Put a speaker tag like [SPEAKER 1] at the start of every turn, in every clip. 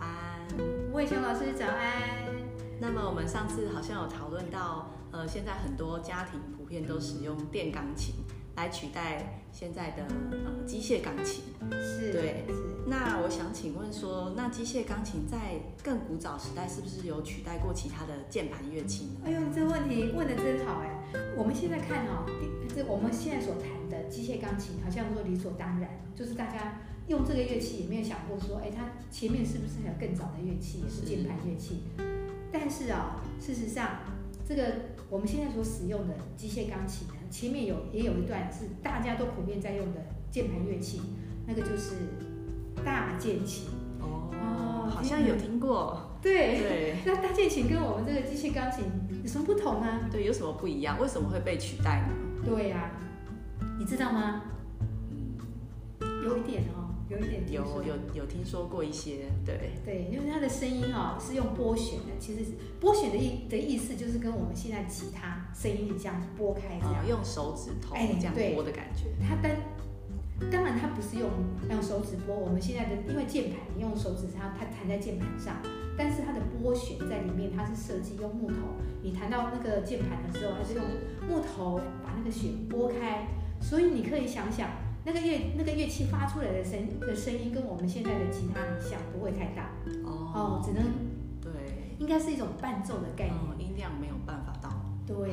[SPEAKER 1] 啊
[SPEAKER 2] 慧琼老师早安。
[SPEAKER 1] 那么我们上次好像有讨论到，呃，现在很多家庭普遍都使用电钢琴来取代现在的呃机械钢琴。
[SPEAKER 2] 是，
[SPEAKER 1] 对
[SPEAKER 2] 是。
[SPEAKER 1] 那我想请问说，那机械钢琴在更古早时代是不是有取代过其他的键盘乐器呢？
[SPEAKER 2] 哎呦，这问题问的真好哎。我们现在看哦，这我们现在所谈的机械钢琴，好像说理所当然，就是大家用这个乐器也没有想过说，哎，它前面是不是还有更早的乐器，也是
[SPEAKER 1] 是
[SPEAKER 2] 键盘乐器？但是啊、事实上，这个我们现在所使用的机械钢琴呢，前面有也有一段是大家都普遍在用的键盘乐器，那个就是大键琴。哦
[SPEAKER 1] 哦，好像有听过。
[SPEAKER 2] 对，
[SPEAKER 1] 对
[SPEAKER 2] 那大键琴跟我们这个机械钢琴有什么不同啊？
[SPEAKER 1] 对，有什么不一样？为什么会被取代呢？
[SPEAKER 2] 对呀、你知道吗？
[SPEAKER 1] 嗯，
[SPEAKER 2] 有一点哦，有一点听
[SPEAKER 1] 有
[SPEAKER 2] 说
[SPEAKER 1] 有有听说过一些，对，
[SPEAKER 2] 对，因为它的声音哦是用拨弦的，其实是拨弦的意的意思就是跟我们现在吉他声音很像，拨开这样。
[SPEAKER 1] 呃，用手指头
[SPEAKER 2] 哎
[SPEAKER 1] 这样
[SPEAKER 2] 对
[SPEAKER 1] 拨的感觉。
[SPEAKER 2] 它单当然它不是用用手指拨，我们现在的因为键盘你用手指它它弹在键盘上，但是它的拨弦在里面，它是设计用木头，你弹到那个键盘的时候，它是用木头把那个弦拨开，所以你可以想想那个乐那个乐器发出来的声的声音跟我们现在的吉他很像，不会太大哦，
[SPEAKER 1] 哦，
[SPEAKER 2] 只能
[SPEAKER 1] 对，
[SPEAKER 2] 应该是一种伴奏的概念。
[SPEAKER 1] 嗯，音量没有办法到
[SPEAKER 2] 对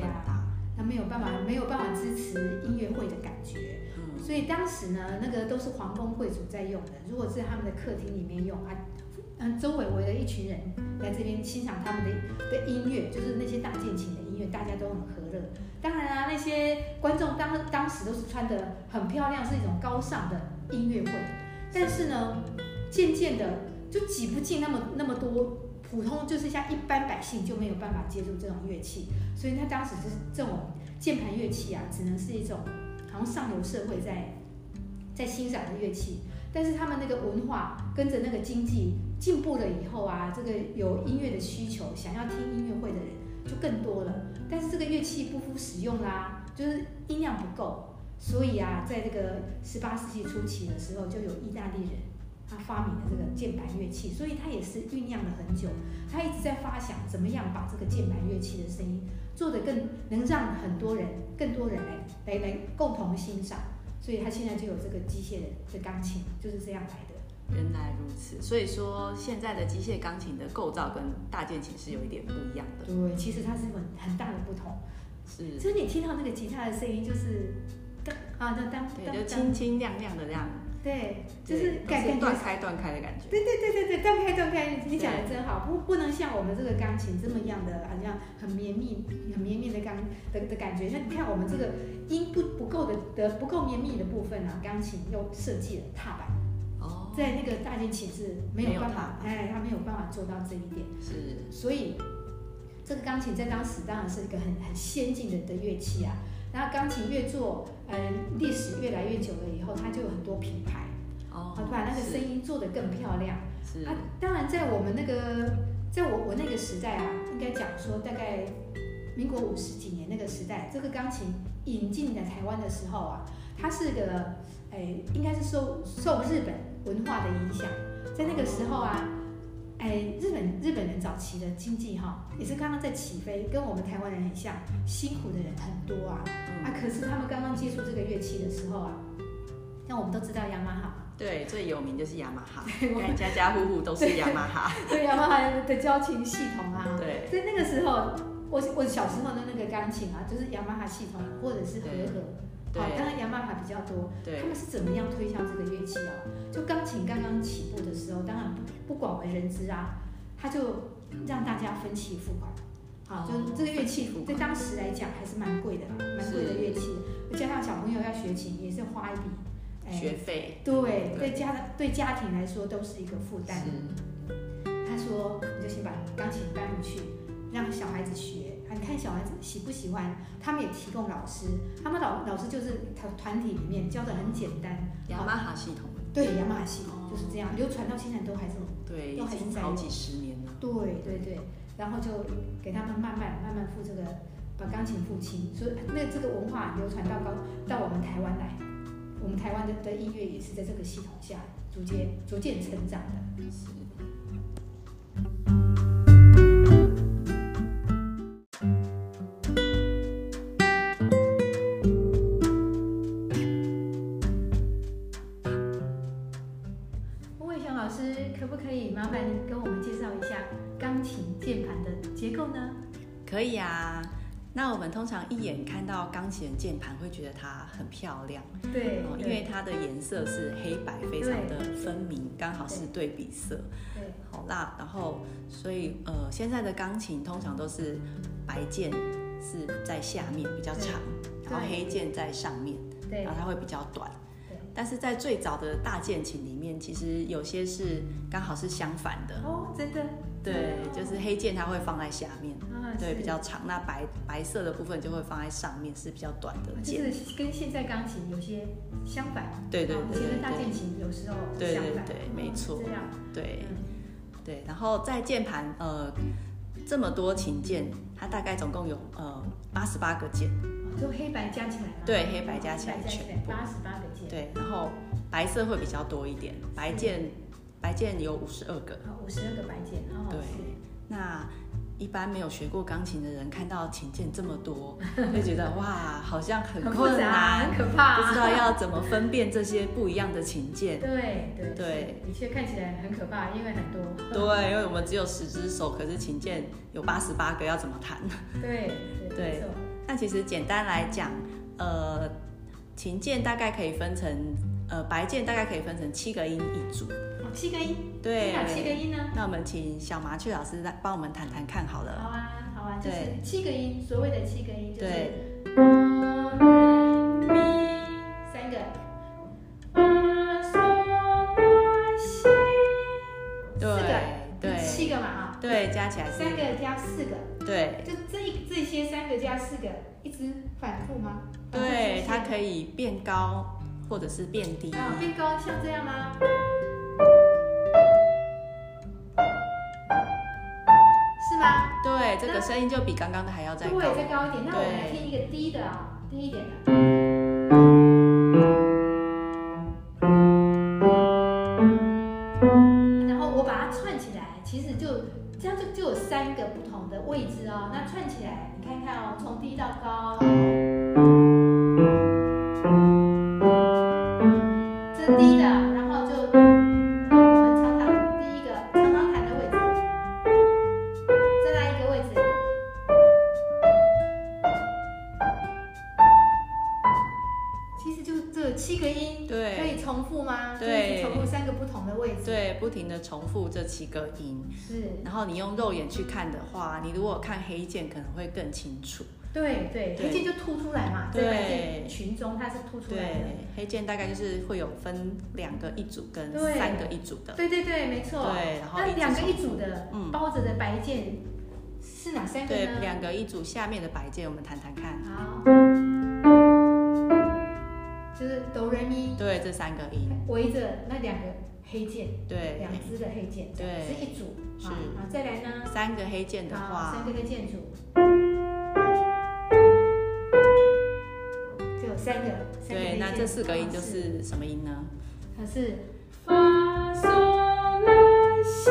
[SPEAKER 1] 很
[SPEAKER 2] 啊呀、
[SPEAKER 1] 大。
[SPEAKER 2] 它没有办法没有办法支持音乐会的感觉。
[SPEAKER 1] 嗯
[SPEAKER 2] 所以当时呢，那个都是皇宫贵族在用的。如果是他们的客厅里面用啊，嗯，周围围了一群人来这边欣赏他们的的音乐，就是那些大键琴的音乐，大家都很和乐。当然啊，那些观众当当时都是穿的很漂亮，是一种高尚的音乐会。但是呢，渐渐的就挤不进那么那么多普通，就是像一般百姓就没有办法接触这种乐器，所以他当时就是这种键盘乐器啊，只能是一种好像上流社会在在欣赏的乐器。但是他们那个文化跟着那个经济进步了以后啊，这个有音乐的需求，想要听音乐会的人就更多了。但是这个乐器不敷使用啦，就是音量不够，所以啊，在这个十八世纪初期的时候，就有意大利人他发明了这个键盘乐器，所以他也是酝酿了很久，他一直在发想怎么样把这个键盘乐器的声音做得更能让很多人、更多人来来来共同欣赏，所以他现在就有这个机械的的钢琴，就是这样来的。
[SPEAKER 1] 原来如此，所以说现在的机械钢琴的构造跟大键琴是有一点不一样的，
[SPEAKER 2] 对，其实它是很很大的不同，
[SPEAKER 1] 是，
[SPEAKER 2] 就是你听到那个吉他的声音，就是当啊，那当
[SPEAKER 1] 对，就
[SPEAKER 2] 当当，
[SPEAKER 1] 清清亮亮的这样，
[SPEAKER 2] 对，就
[SPEAKER 1] 对
[SPEAKER 2] 是
[SPEAKER 1] 都
[SPEAKER 2] 感感觉
[SPEAKER 1] 断开断开的感觉，
[SPEAKER 2] 对对对对对，断开断开，你讲的真好，不不能像我们这个钢琴这么样的，好像很绵密、很绵密的钢的的感觉。那你看我们这个音不不够的的不够绵密的部分啊，钢琴又设计了踏板，
[SPEAKER 1] 哦，
[SPEAKER 2] 在那个大键琴是没有办法，
[SPEAKER 1] 没
[SPEAKER 2] 哎，它没有办法做到这一点，
[SPEAKER 1] 是，
[SPEAKER 2] 所以这个钢琴在当时当然是一个很很先进的的乐器啊。然后钢琴越做，嗯，历史越来越久了以后，它就有很多品牌，
[SPEAKER 1] 哦
[SPEAKER 2] 它把那个声音做得更漂亮。
[SPEAKER 1] 是，是
[SPEAKER 2] 啊，当然，在我们那个，在我我那个时代啊，应该讲说大概民国五十几年那个时代，这个钢琴引进来台湾的时候啊，它是个，哎、应该是受受日本文化的影响，在那个时候啊，哎、日本日本人早期的经济哈、也是刚刚在起飞，跟我们台湾人很像，辛苦的人很多啊，啊，
[SPEAKER 1] 嗯，
[SPEAKER 2] 可是他们刚刚接触这个乐器的时候啊，像我们都知道雅马哈嘛。
[SPEAKER 1] 对，最有名就是雅马哈，
[SPEAKER 2] 对我
[SPEAKER 1] 看家家户户都是雅马 哈，
[SPEAKER 2] 对雅马哈的交情系统啊，
[SPEAKER 1] 对，
[SPEAKER 2] 所以那个时候，我我小时候的那个钢琴啊，就是雅马哈系统或者是和和，
[SPEAKER 1] 对
[SPEAKER 2] 好，当然雅马哈比较多。他
[SPEAKER 1] 对，
[SPEAKER 2] 们是怎么样推销这个乐器啊？就钢琴刚刚起步的时候，当然不不广为人知啊，他就让大家分期付款。好，就这个乐器
[SPEAKER 1] 哦付款
[SPEAKER 2] 在当时来讲还是蛮贵的啦，蛮贵的
[SPEAKER 1] 是
[SPEAKER 2] 乐器，而且让小朋友要学琴也是花一笔，哎
[SPEAKER 1] 学费
[SPEAKER 2] 对，
[SPEAKER 1] 对
[SPEAKER 2] 对家的对家庭来说都是一个负
[SPEAKER 1] 是
[SPEAKER 2] 担。，他说：“你就先把钢琴搬回去，让小孩子学。啊，你看小孩子喜不喜欢？他们也提供老师，他们老老师就是团团体里面教的很简单。
[SPEAKER 1] 雅马哈系统，
[SPEAKER 2] 对，雅马哈系统
[SPEAKER 1] 哦
[SPEAKER 2] 就是这样，流传到现在都还是
[SPEAKER 1] 对，
[SPEAKER 2] 都
[SPEAKER 1] 已
[SPEAKER 2] 还
[SPEAKER 1] 经
[SPEAKER 2] 在
[SPEAKER 1] 好
[SPEAKER 2] 用
[SPEAKER 1] 几十年了，
[SPEAKER 2] 对对对。然后就给他们慢慢慢慢付这个，把钢琴付清，所以那这个文化流传到高到我们台湾来，我们台湾的的音乐也是在这个系统下逐渐逐渐成长的。
[SPEAKER 1] 是。
[SPEAKER 2] 可不可以麻烦你跟我们介绍一下钢琴键盘的结构呢？
[SPEAKER 1] 可以啊。那我们通常一眼看到钢琴的键盘，会觉得它很漂亮
[SPEAKER 2] 对
[SPEAKER 1] 哦，因为它的颜色是黑白，非常的分明，刚好是对比色。
[SPEAKER 2] 对
[SPEAKER 1] 好啦，然后所以呃，现在的钢琴通常都是白键是在下面比较长，然后
[SPEAKER 2] 对
[SPEAKER 1] 黑键在上面，
[SPEAKER 2] 对
[SPEAKER 1] 然后它会比较短
[SPEAKER 2] 对。
[SPEAKER 1] 但是在最早的大键琴里面，其实有些是刚好是相反的，
[SPEAKER 2] 哦，真的
[SPEAKER 1] 对，就是黑键它会放在下面，
[SPEAKER 2] 啊，
[SPEAKER 1] 对，
[SPEAKER 2] 是
[SPEAKER 1] 比较长。那白白色的部分就会放在上面，是比较短的
[SPEAKER 2] 啊
[SPEAKER 1] 键。
[SPEAKER 2] 就是跟现在钢琴有些相反，
[SPEAKER 1] 对对
[SPEAKER 2] 哦以
[SPEAKER 1] 对
[SPEAKER 2] 前
[SPEAKER 1] 对
[SPEAKER 2] 的大
[SPEAKER 1] 对
[SPEAKER 2] 键琴有时候
[SPEAKER 1] 对
[SPEAKER 2] 相
[SPEAKER 1] 对
[SPEAKER 2] 反，
[SPEAKER 1] 对
[SPEAKER 2] 哦
[SPEAKER 1] 没错
[SPEAKER 2] 是这样，
[SPEAKER 1] 对
[SPEAKER 2] 嗯
[SPEAKER 1] 对，然后在键盘呃这么多琴键，它大概总共有呃八十八个键。
[SPEAKER 2] 哦就黑白加起来吗？
[SPEAKER 1] 对黑白加起来
[SPEAKER 2] 黑白加起来
[SPEAKER 1] 全部
[SPEAKER 2] 八十八个键，
[SPEAKER 1] 对，然后白色会比较多一点，白键白键有五十二个。
[SPEAKER 2] 好，五十二个白键，哦，
[SPEAKER 1] 对
[SPEAKER 2] 是
[SPEAKER 1] 那一般没有学过钢琴的人，看到琴键这么 多，就觉得哇，好像很
[SPEAKER 2] 很
[SPEAKER 1] 困
[SPEAKER 2] 复杂，
[SPEAKER 1] 难
[SPEAKER 2] 很，可怕
[SPEAKER 1] 不
[SPEAKER 2] 啊，
[SPEAKER 1] 知道要怎么分辨这些不一样的琴键。
[SPEAKER 2] 对对
[SPEAKER 1] 对，
[SPEAKER 2] 是的确看起来很可怕，因为很多。
[SPEAKER 1] 对，因为我们只有十只手，可是琴键有八十八个，要怎么弹？
[SPEAKER 2] 嗯对
[SPEAKER 1] 对
[SPEAKER 2] 没错
[SPEAKER 1] 那其实简单来讲，呃，琴键大概可以分成，呃，白键大概可以分成七个音一组。
[SPEAKER 2] 哦，七个音，
[SPEAKER 1] 对
[SPEAKER 2] 是，哪七个音呢？
[SPEAKER 1] 那我们请小麻雀老师来帮我们谈谈看好了。
[SPEAKER 2] 好啊，好啊，就
[SPEAKER 1] 对
[SPEAKER 2] 是七个音，所谓的七个音就是
[SPEAKER 1] 对，
[SPEAKER 2] 哆、来、咪三个，发、嗦、拉、西，四个
[SPEAKER 1] 对，对，
[SPEAKER 2] 七个嘛啊，
[SPEAKER 1] 对，加起来是
[SPEAKER 2] 三个加四个，
[SPEAKER 1] 对，
[SPEAKER 2] 就这这些三个加四个，一直反复吗？
[SPEAKER 1] 对，它
[SPEAKER 2] 反复出
[SPEAKER 1] 可以变高或者是变低
[SPEAKER 2] 现。啊，变高像这样吗？是吗？
[SPEAKER 1] 对，这个声音就比刚刚的还要再
[SPEAKER 2] 对，
[SPEAKER 1] 高。
[SPEAKER 2] 再高一点。那我们来
[SPEAKER 1] 对
[SPEAKER 2] 听一个低的啊、低一点的。然后我把它串起来，其实就这样就就有三个不同的位置哦。那串起来，你看看哦，从低到高，这是低的，然后就我们常常第一个常常弹的位置，再来一个位置。其实就这七个音，
[SPEAKER 1] 对
[SPEAKER 2] 可以重复吗？
[SPEAKER 1] 对
[SPEAKER 2] 就是重复三个不同的位置。
[SPEAKER 1] 对，不停的重复这七个音，
[SPEAKER 2] 是，
[SPEAKER 1] 然后你用肉眼去看的话，你如果看黑键可能会更清楚。
[SPEAKER 2] 对对，
[SPEAKER 1] 对
[SPEAKER 2] 黑键就凸出来嘛，
[SPEAKER 1] 对
[SPEAKER 2] 在白键群中它是凸出来的。
[SPEAKER 1] 对，黑键大概就是会有分两个一组跟
[SPEAKER 2] 对
[SPEAKER 1] 三个一组的。
[SPEAKER 2] 对对对，没错。
[SPEAKER 1] 对，然后
[SPEAKER 2] 那
[SPEAKER 1] 直
[SPEAKER 2] 两个
[SPEAKER 1] 重
[SPEAKER 2] 一组的
[SPEAKER 1] 嗯，
[SPEAKER 2] 包着的白键是哪三个
[SPEAKER 1] 对，
[SPEAKER 2] 呢？
[SPEAKER 1] 两个一组下面的白键我们谈谈看。
[SPEAKER 2] 好，就是哆来咪
[SPEAKER 1] 对，这三个音，
[SPEAKER 2] 围着那两个黑键，
[SPEAKER 1] 对
[SPEAKER 2] 两，只的黑键，
[SPEAKER 1] 对
[SPEAKER 2] 是一组。
[SPEAKER 1] 是
[SPEAKER 2] 啊，好再来呢？
[SPEAKER 1] 三个黑键的
[SPEAKER 2] 好，
[SPEAKER 1] 话
[SPEAKER 2] 三，个黑键组，就有三个。三个黑
[SPEAKER 1] 对，
[SPEAKER 2] 键
[SPEAKER 1] 那这四个音就
[SPEAKER 2] 啊
[SPEAKER 1] 是什么音呢？
[SPEAKER 2] 它是发嗦拉西，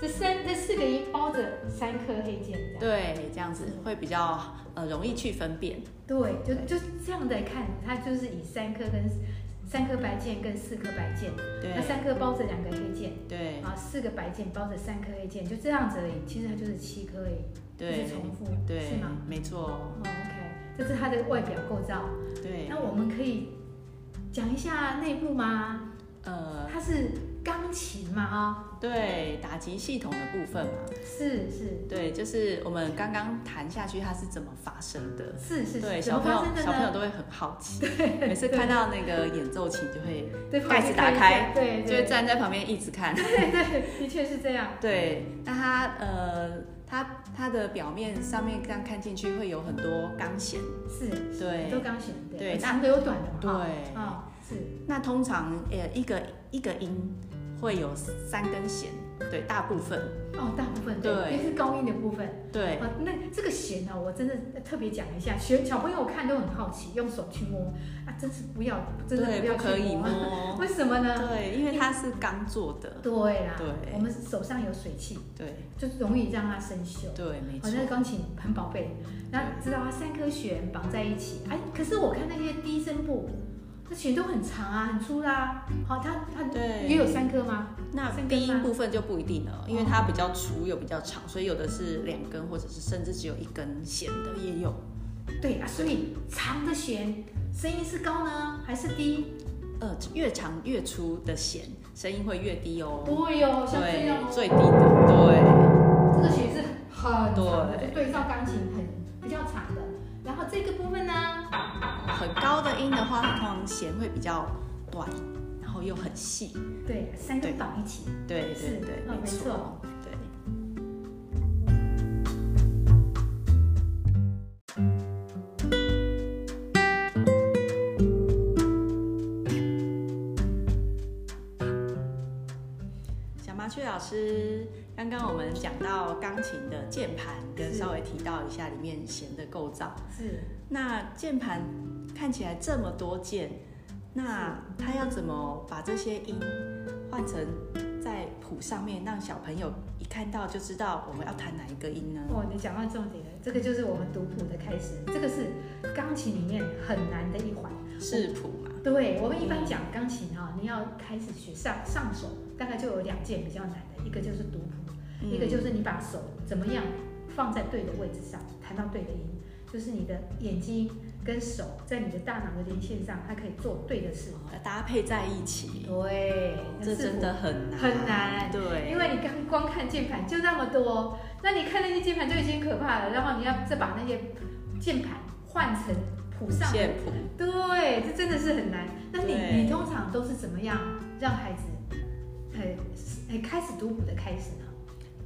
[SPEAKER 2] 这三这四个音包着三颗黑键，这样
[SPEAKER 1] 对，这样子会比较呃容易去分辨。
[SPEAKER 2] 对，就就是这样的看，它就是以三颗跟三颗白键跟四颗白键，那
[SPEAKER 1] 对
[SPEAKER 2] 三颗包着两个黑键，
[SPEAKER 1] 对
[SPEAKER 2] 啊，四个白键包着三颗黑键，就这样子而已。其实它就是七颗而已，
[SPEAKER 1] 对
[SPEAKER 2] 一直重复，是
[SPEAKER 1] 对
[SPEAKER 2] 吗？，
[SPEAKER 1] 没错，
[SPEAKER 2] 哦，OK，这是它的外表构造。
[SPEAKER 1] 对，
[SPEAKER 2] 那我们可以讲一下内部吗？
[SPEAKER 1] 呃，
[SPEAKER 2] 它是钢琴嘛，啊，
[SPEAKER 1] 对打击系统的部分嘛，
[SPEAKER 2] 是是
[SPEAKER 1] 对，就是我们刚刚谈下去它是怎么发生的。
[SPEAKER 2] 是是
[SPEAKER 1] 对，
[SPEAKER 2] 是，怎
[SPEAKER 1] 小
[SPEAKER 2] 么
[SPEAKER 1] 朋
[SPEAKER 2] 发
[SPEAKER 1] 友
[SPEAKER 2] 生的
[SPEAKER 1] 小朋友
[SPEAKER 2] 呢？
[SPEAKER 1] 都会很好奇，每次看到那个演奏琴就会
[SPEAKER 2] 对，
[SPEAKER 1] 盖子打开
[SPEAKER 2] 对，
[SPEAKER 1] 就会
[SPEAKER 2] 对
[SPEAKER 1] 站在旁边一直看。
[SPEAKER 2] 对对，的确是这样。
[SPEAKER 1] 对，那它呃它它的表面上面这样看进去会有很多钢弦，
[SPEAKER 2] 是，是
[SPEAKER 1] 对
[SPEAKER 2] 都刚选
[SPEAKER 1] 对
[SPEAKER 2] 有
[SPEAKER 1] 那
[SPEAKER 2] 长的有短的嘛，
[SPEAKER 1] 对
[SPEAKER 2] 哈，啊、是，
[SPEAKER 1] 那通常呃一个一个音会有三根弦，对，大部分
[SPEAKER 2] 哦，大部分
[SPEAKER 1] 对
[SPEAKER 2] 也是高音的部分。
[SPEAKER 1] 对
[SPEAKER 2] 啊，那这个弦呢、我真的特别讲一下，学小朋友看都很好奇，用手去摸啊，真是不要，真的
[SPEAKER 1] 对
[SPEAKER 2] 要
[SPEAKER 1] 不可
[SPEAKER 2] 去
[SPEAKER 1] 以
[SPEAKER 2] 摸，
[SPEAKER 1] 摸，
[SPEAKER 2] 为什么呢？
[SPEAKER 1] 对，因为它是刚做的，
[SPEAKER 2] 对啦，
[SPEAKER 1] 对
[SPEAKER 2] 我们手上有水汽，
[SPEAKER 1] 对
[SPEAKER 2] 就容易让它生锈。
[SPEAKER 1] 对，没
[SPEAKER 2] 好
[SPEAKER 1] 错，
[SPEAKER 2] 像钢琴很宝啊贝，那知道它三颗弦绑在一起，哎，可是我看那些低声部，它弦都很长啊，很粗啦、好，它它
[SPEAKER 1] 对
[SPEAKER 2] 也有三颗吗？
[SPEAKER 1] 那
[SPEAKER 2] 三根
[SPEAKER 1] 低音
[SPEAKER 2] 吗
[SPEAKER 1] 部分就不一定了，因为
[SPEAKER 2] 哦
[SPEAKER 1] 它比较粗又比较长，所以有的是两根，或者是甚至只有一根弦的也有。
[SPEAKER 2] 对啊，所以长的弦声音是高呢还是低？
[SPEAKER 1] 呃，越长越粗的弦，声音会越低哦。
[SPEAKER 2] 对哟，像这样
[SPEAKER 1] 对，
[SPEAKER 2] 哦，
[SPEAKER 1] 最低的，
[SPEAKER 2] 这个弦是很长的，
[SPEAKER 1] 对
[SPEAKER 2] 就对照钢琴很比较长的。然后这个部分呢，
[SPEAKER 1] 对，很高的音的话，它通常弦会比较短，然后又很细。
[SPEAKER 2] 对，三个
[SPEAKER 1] 对
[SPEAKER 2] 绑一起，
[SPEAKER 1] 对
[SPEAKER 2] 是
[SPEAKER 1] 对对，
[SPEAKER 2] 嗯没错。
[SPEAKER 1] 对。小麻雀老师，刚刚我们讲到钢琴的键盘，跟
[SPEAKER 2] 是
[SPEAKER 1] 稍微提到一下里面弦的构造。
[SPEAKER 2] 是
[SPEAKER 1] 那键盘看起来这么多键，那他要怎么把这些音换成在谱上面，让小朋友一看到就知道我们要弹哪一个音呢？
[SPEAKER 2] 哦，你讲到重点了，这个就是我们读谱的开始，这个是钢琴里面很难的一环。嗯
[SPEAKER 1] 视谱嘛，
[SPEAKER 2] 对我们一般讲钢琴哈、你要开始学上上手，大概就有两件比较难的，一个就是读谱，一个
[SPEAKER 1] 嗯
[SPEAKER 2] 就是你把手怎么样放在对的位置上，弹到对的音，就是你的眼睛跟手在你的大脑的连线上，它可以做对的事。
[SPEAKER 1] 嗯要搭配在一起，
[SPEAKER 2] 对，
[SPEAKER 1] 这真的很难，啊
[SPEAKER 2] 很难欸
[SPEAKER 1] 对，
[SPEAKER 2] 因为你刚光看键盘就那么多，那你看那些键盘就已经可怕了，然后你要再把那些键盘换成谱上的，
[SPEAKER 1] 线谱
[SPEAKER 2] 对，这真的是很难。那你
[SPEAKER 1] 对
[SPEAKER 2] 你通常都是怎么样让孩子，呃，呃开始读谱的开始呢？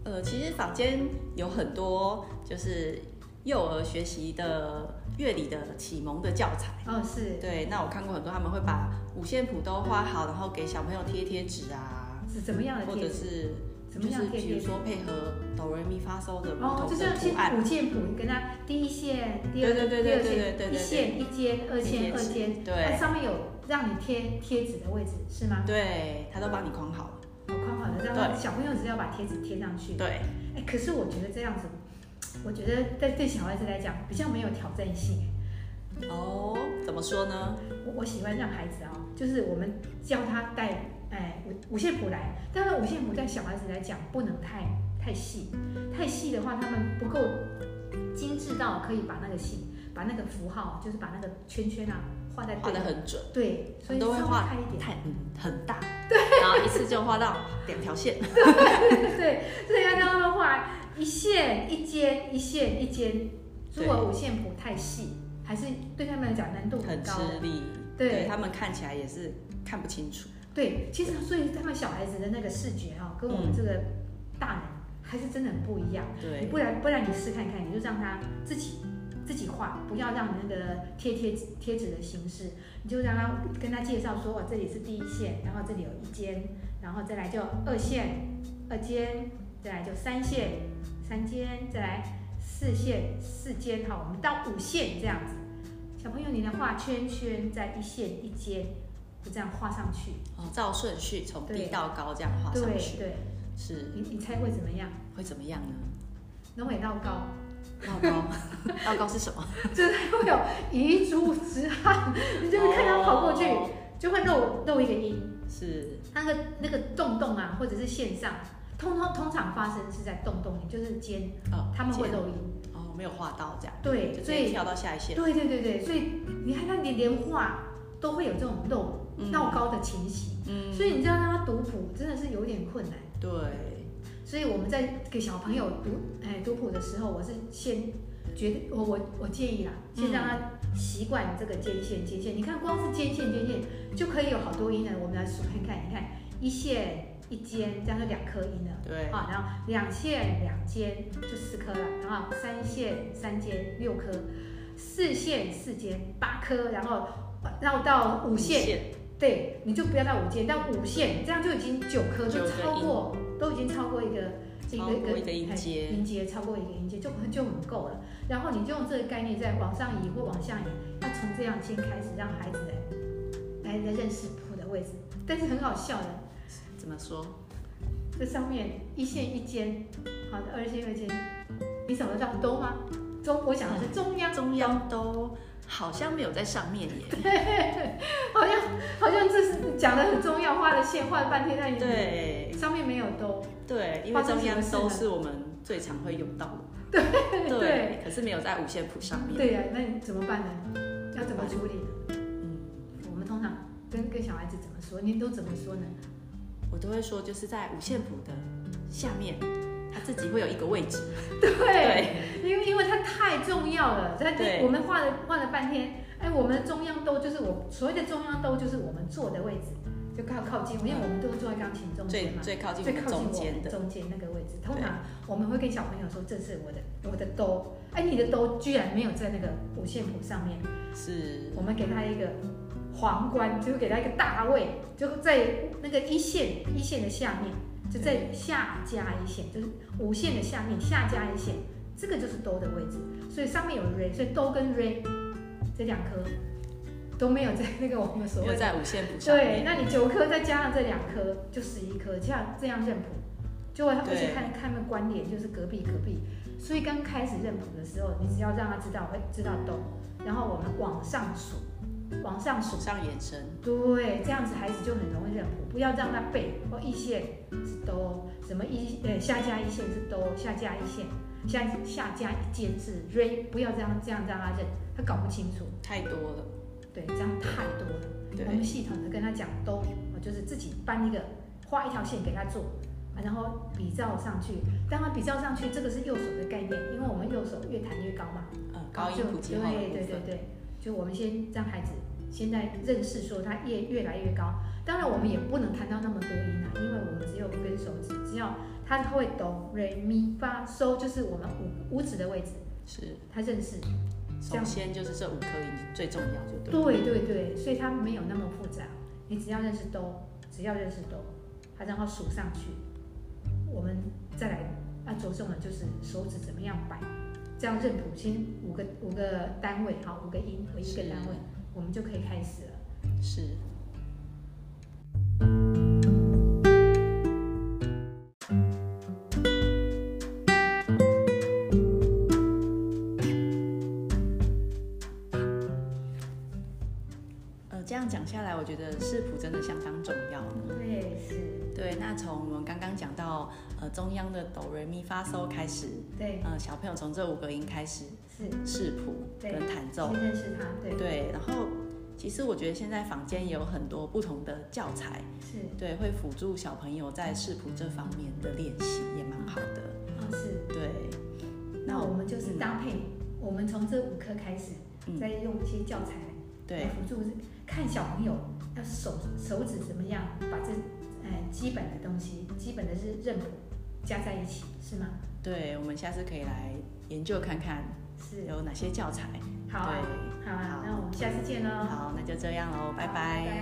[SPEAKER 1] 呃，其实坊间有很多就是幼儿学习的乐理的启蒙的教材。
[SPEAKER 2] 哦，是
[SPEAKER 1] 对，那我看过很多，他们会把五线谱都画好，然后给小朋友贴贴纸啊，
[SPEAKER 2] 是怎么样的
[SPEAKER 1] 或
[SPEAKER 2] 贴
[SPEAKER 1] 者
[SPEAKER 2] 纸？
[SPEAKER 1] 是
[SPEAKER 2] 怎么
[SPEAKER 1] 就
[SPEAKER 2] 样
[SPEAKER 1] 是
[SPEAKER 2] 贴
[SPEAKER 1] 比如
[SPEAKER 2] 贴纸？
[SPEAKER 1] 说配合哆来咪发嗦的不
[SPEAKER 2] 哦，就
[SPEAKER 1] 同
[SPEAKER 2] 是
[SPEAKER 1] 的
[SPEAKER 2] 先
[SPEAKER 1] 图案，
[SPEAKER 2] 谱键谱，你跟他第一线、第二、
[SPEAKER 1] 对对对
[SPEAKER 2] 第二
[SPEAKER 1] 对对对对
[SPEAKER 2] 线，
[SPEAKER 1] 对
[SPEAKER 2] 一线一阶、二
[SPEAKER 1] 贴
[SPEAKER 2] 线、二
[SPEAKER 1] 纸
[SPEAKER 2] 阶，它
[SPEAKER 1] 对
[SPEAKER 2] 上面有让你贴贴纸的位置是吗？
[SPEAKER 1] 对，他都帮你框好了，
[SPEAKER 2] 我框好了，让他小朋友只要把贴纸贴上去。
[SPEAKER 1] 对，
[SPEAKER 2] 哎，可是我觉得这样子，我觉得在对小孩子来讲比较没有挑战性。
[SPEAKER 1] 哦，怎么说呢？
[SPEAKER 2] 我我喜欢让孩子哦，就是我们教他带哎五五线谱来，当然五线谱在小孩子来讲不能太太细，太细的话他们不够精致到可以把那个细把那个符号就是把那个圈圈啊画在
[SPEAKER 1] 画
[SPEAKER 2] 对
[SPEAKER 1] 的
[SPEAKER 2] 的
[SPEAKER 1] 很准，
[SPEAKER 2] 对，所以
[SPEAKER 1] 都会
[SPEAKER 2] 稍微
[SPEAKER 1] 画
[SPEAKER 2] 开一点。
[SPEAKER 1] 太嗯很大，对，然后一次就画到两条线，
[SPEAKER 2] 对，所以要让他们画一线一间一线一间。如果五线谱太细，还是对他们来讲难度很
[SPEAKER 1] 很
[SPEAKER 2] 高
[SPEAKER 1] 吃
[SPEAKER 2] 的。
[SPEAKER 1] 力，
[SPEAKER 2] 对
[SPEAKER 1] 对他们看起来也是看不清楚，
[SPEAKER 2] 对，其实所以他们小孩子的那个视觉哈、跟我们
[SPEAKER 1] 嗯哎
[SPEAKER 2] 这个大人还是真的很不一样。你
[SPEAKER 1] 对，
[SPEAKER 2] 不然不然你试看看，你就让他自己自己画，不要让那个贴贴纸贴纸的形式，你就让他跟他介绍说，哦，这里是第一线，然后这里有一间，然后再来就二线、二间，再来就三线、三间，再来四线、四间，好，我们到五线这样子。小朋友，你的画圈圈在一线一间，就这样画上去。
[SPEAKER 1] 哦，照顺序从低
[SPEAKER 2] 对
[SPEAKER 1] 到高这样画
[SPEAKER 2] 对
[SPEAKER 1] 上去，
[SPEAKER 2] 对，
[SPEAKER 1] 是
[SPEAKER 2] 你你猜会怎么样？
[SPEAKER 1] 会怎么样呢？
[SPEAKER 2] 能尾到高。
[SPEAKER 1] 绕高，绕高是什么？
[SPEAKER 2] 就是会有遗珠之憾，你就会看他跑过去，
[SPEAKER 1] 哦
[SPEAKER 2] 就会漏漏一个音，
[SPEAKER 1] 是
[SPEAKER 2] 那个那个洞洞啊，或者是线上，通通通常发生是在洞洞里，就是尖，
[SPEAKER 1] 哦，
[SPEAKER 2] 他们会
[SPEAKER 1] 接
[SPEAKER 2] 漏音。
[SPEAKER 1] 哦，没有画到这样，就
[SPEAKER 2] 对，
[SPEAKER 1] 直
[SPEAKER 2] 所
[SPEAKER 1] 接
[SPEAKER 2] 以
[SPEAKER 1] 跳到下一线。
[SPEAKER 2] 对对对对，所以你看他连连画都会有这种漏
[SPEAKER 1] 嗯
[SPEAKER 2] 绕高的情形，
[SPEAKER 1] 嗯，
[SPEAKER 2] 所以你知道让他读谱真的是有点困难。
[SPEAKER 1] 对，
[SPEAKER 2] 所以我们在给小朋友读哎读谱的时候，我是先觉得我我我建议啦，先让他习惯这个间线间线。你看光是间线间线就可以有好多音了。我们来数看看，你看一线一间，这样就两颗音了。
[SPEAKER 1] 对，
[SPEAKER 2] 啊，然后两线两间就四颗了，然后三线三间六颗，四线四间八颗，然后绕到五线对，你就不要到五件，到五线这样就已经九颗，
[SPEAKER 1] 九
[SPEAKER 2] 就
[SPEAKER 1] 个
[SPEAKER 2] 超过，都已经超过一个一
[SPEAKER 1] 超
[SPEAKER 2] 个
[SPEAKER 1] 过一个音
[SPEAKER 2] 哎
[SPEAKER 1] 阶，
[SPEAKER 2] 音节，超过一个音节就很就很够了。然后你就用这个概念再往上移或往下移，要从这样先开始让孩子来来来认识谱的位置。但是很好笑的，
[SPEAKER 1] 怎么说？
[SPEAKER 2] 这上面一线一间，好的二线二间，你怎么绕兜吗？中，我想的是中央，
[SPEAKER 1] 中央都好像没有在上面耶，
[SPEAKER 2] 好像讲的很重要，画的线画了半天，但你
[SPEAKER 1] 对
[SPEAKER 2] 上面没有兜，
[SPEAKER 1] 对，因
[SPEAKER 2] 发
[SPEAKER 1] 为
[SPEAKER 2] 生
[SPEAKER 1] 中央
[SPEAKER 2] 什么
[SPEAKER 1] 都
[SPEAKER 2] 事呢
[SPEAKER 1] 是我们最常会用到的，
[SPEAKER 2] 对
[SPEAKER 1] 可是没有在五线谱上面。
[SPEAKER 2] 对呀、那你怎么办呢？要怎么处理？
[SPEAKER 1] 嗯，
[SPEAKER 2] 我们通常跟跟小孩子怎么说？你都怎么说 呢？
[SPEAKER 1] 我都会说就是在五线谱的下面，它自己会有一个位置。
[SPEAKER 2] 对，
[SPEAKER 1] 对
[SPEAKER 2] 因为因为它太重要了，它
[SPEAKER 1] 对
[SPEAKER 2] 我们画了画了半天，哎，我们的中央兜就是我所谓的中央兜，就是我们坐的位置，就靠靠近，因为我们都是坐在钢琴中间
[SPEAKER 1] 最
[SPEAKER 2] 嘛。
[SPEAKER 1] 最靠近我
[SPEAKER 2] 最
[SPEAKER 1] 们
[SPEAKER 2] 靠近
[SPEAKER 1] 中
[SPEAKER 2] 我
[SPEAKER 1] 间
[SPEAKER 2] 们
[SPEAKER 1] 的。
[SPEAKER 2] 中间那个位置，通常我们会跟小朋友说：“这是我的我的兜。”哎，你的兜居然没有在那个五线谱上面，
[SPEAKER 1] 是
[SPEAKER 2] 我们给他一个皇冠，就是给他一个大位，就在那个一线一线的下面，就在下加一线，就是五线的下面下加一线，这个就是兜的位置。所以上面有 re，所以兜跟 re 这两颗都没有在那个我们所
[SPEAKER 1] 没
[SPEAKER 2] 谓
[SPEAKER 1] 有
[SPEAKER 2] 的
[SPEAKER 1] 在五线谱上
[SPEAKER 2] 对，
[SPEAKER 1] 面。
[SPEAKER 2] 那你九颗再加上这两颗就十一颗，这样这样认谱，就会而
[SPEAKER 1] 对
[SPEAKER 2] 且看看他们关联就是隔壁隔壁，所以刚开始认谱的时候，你只要让他知道会知道哆，然后我们往上数，往上数
[SPEAKER 1] 手，上延伸，
[SPEAKER 2] 对，这样子孩子就很容易认谱，不要让他背哦，一线是哆，什么一呃下加一线是哆，下加一线下下加一键是 re，不要这样这样让他认，他搞不清楚，
[SPEAKER 1] 太多了。
[SPEAKER 2] 对，这样太多了。我们
[SPEAKER 1] 对，
[SPEAKER 2] 系统的跟他讲都，哦就是自己搬一个画一条线给他做，啊然后比照上去。当然比照上去，这个是右手的概念，因为我们右手越弹越高嘛。
[SPEAKER 1] 嗯，高
[SPEAKER 2] 就
[SPEAKER 1] 音谱记号的
[SPEAKER 2] 对
[SPEAKER 1] 部
[SPEAKER 2] 对对
[SPEAKER 1] 分。
[SPEAKER 2] 对，就我们先让孩子现在认识说他越越来越高。当然我们也不能弹到那么多音啊，因为我们只有跟手指，只要他会哆、瑞、咪、发、嗦，就是我们五五指的位置，
[SPEAKER 1] 是，
[SPEAKER 2] 他认识。这
[SPEAKER 1] 首
[SPEAKER 2] 样
[SPEAKER 1] 先就是这五颗音最重要，就对了。
[SPEAKER 2] 对对对，所以它没有那么复杂，你只要认识哆，只要认识哆，它然后数上去，我们再来啊着重的就是手指怎么样摆，这样认谱先五个五个单位好，五个音为一个
[SPEAKER 1] 是
[SPEAKER 2] 单位，我们就可以开始了。
[SPEAKER 1] 是。呃，这样讲下来，我觉得视谱真的相当重要。
[SPEAKER 2] 对，是，
[SPEAKER 1] 对，那从我们刚刚讲到呃中央的哆瑞咪发嗦开始，
[SPEAKER 2] 对，
[SPEAKER 1] 呃小朋友从这五个音开始
[SPEAKER 2] 是，
[SPEAKER 1] 视谱
[SPEAKER 2] 对
[SPEAKER 1] 跟弹奏，
[SPEAKER 2] 先认识它，对，
[SPEAKER 1] 对，然后其实我觉得现在坊间也有很多不同的教材，
[SPEAKER 2] 是，
[SPEAKER 1] 对，会辅助小朋友在视谱这方面的练习，也蛮好的。
[SPEAKER 2] 啊是，
[SPEAKER 1] 对，
[SPEAKER 2] 那我们就是
[SPEAKER 1] 嗯
[SPEAKER 2] 搭配，我们从这五颗开始，
[SPEAKER 1] 嗯
[SPEAKER 2] 再用一些教材。
[SPEAKER 1] 对
[SPEAKER 2] 辅助看小朋友要手手指怎么样把这呃基本的东西、基本的是认谱加在一起，是吗？
[SPEAKER 1] 对，我们下次可以来研究看看
[SPEAKER 2] 是，
[SPEAKER 1] 有哪些教材。
[SPEAKER 2] 好啊，好啊，
[SPEAKER 1] 好
[SPEAKER 2] 那我们下次见
[SPEAKER 1] 对，
[SPEAKER 2] 喽，
[SPEAKER 1] 好，那就这样喽，拜
[SPEAKER 2] 好
[SPEAKER 1] 拜。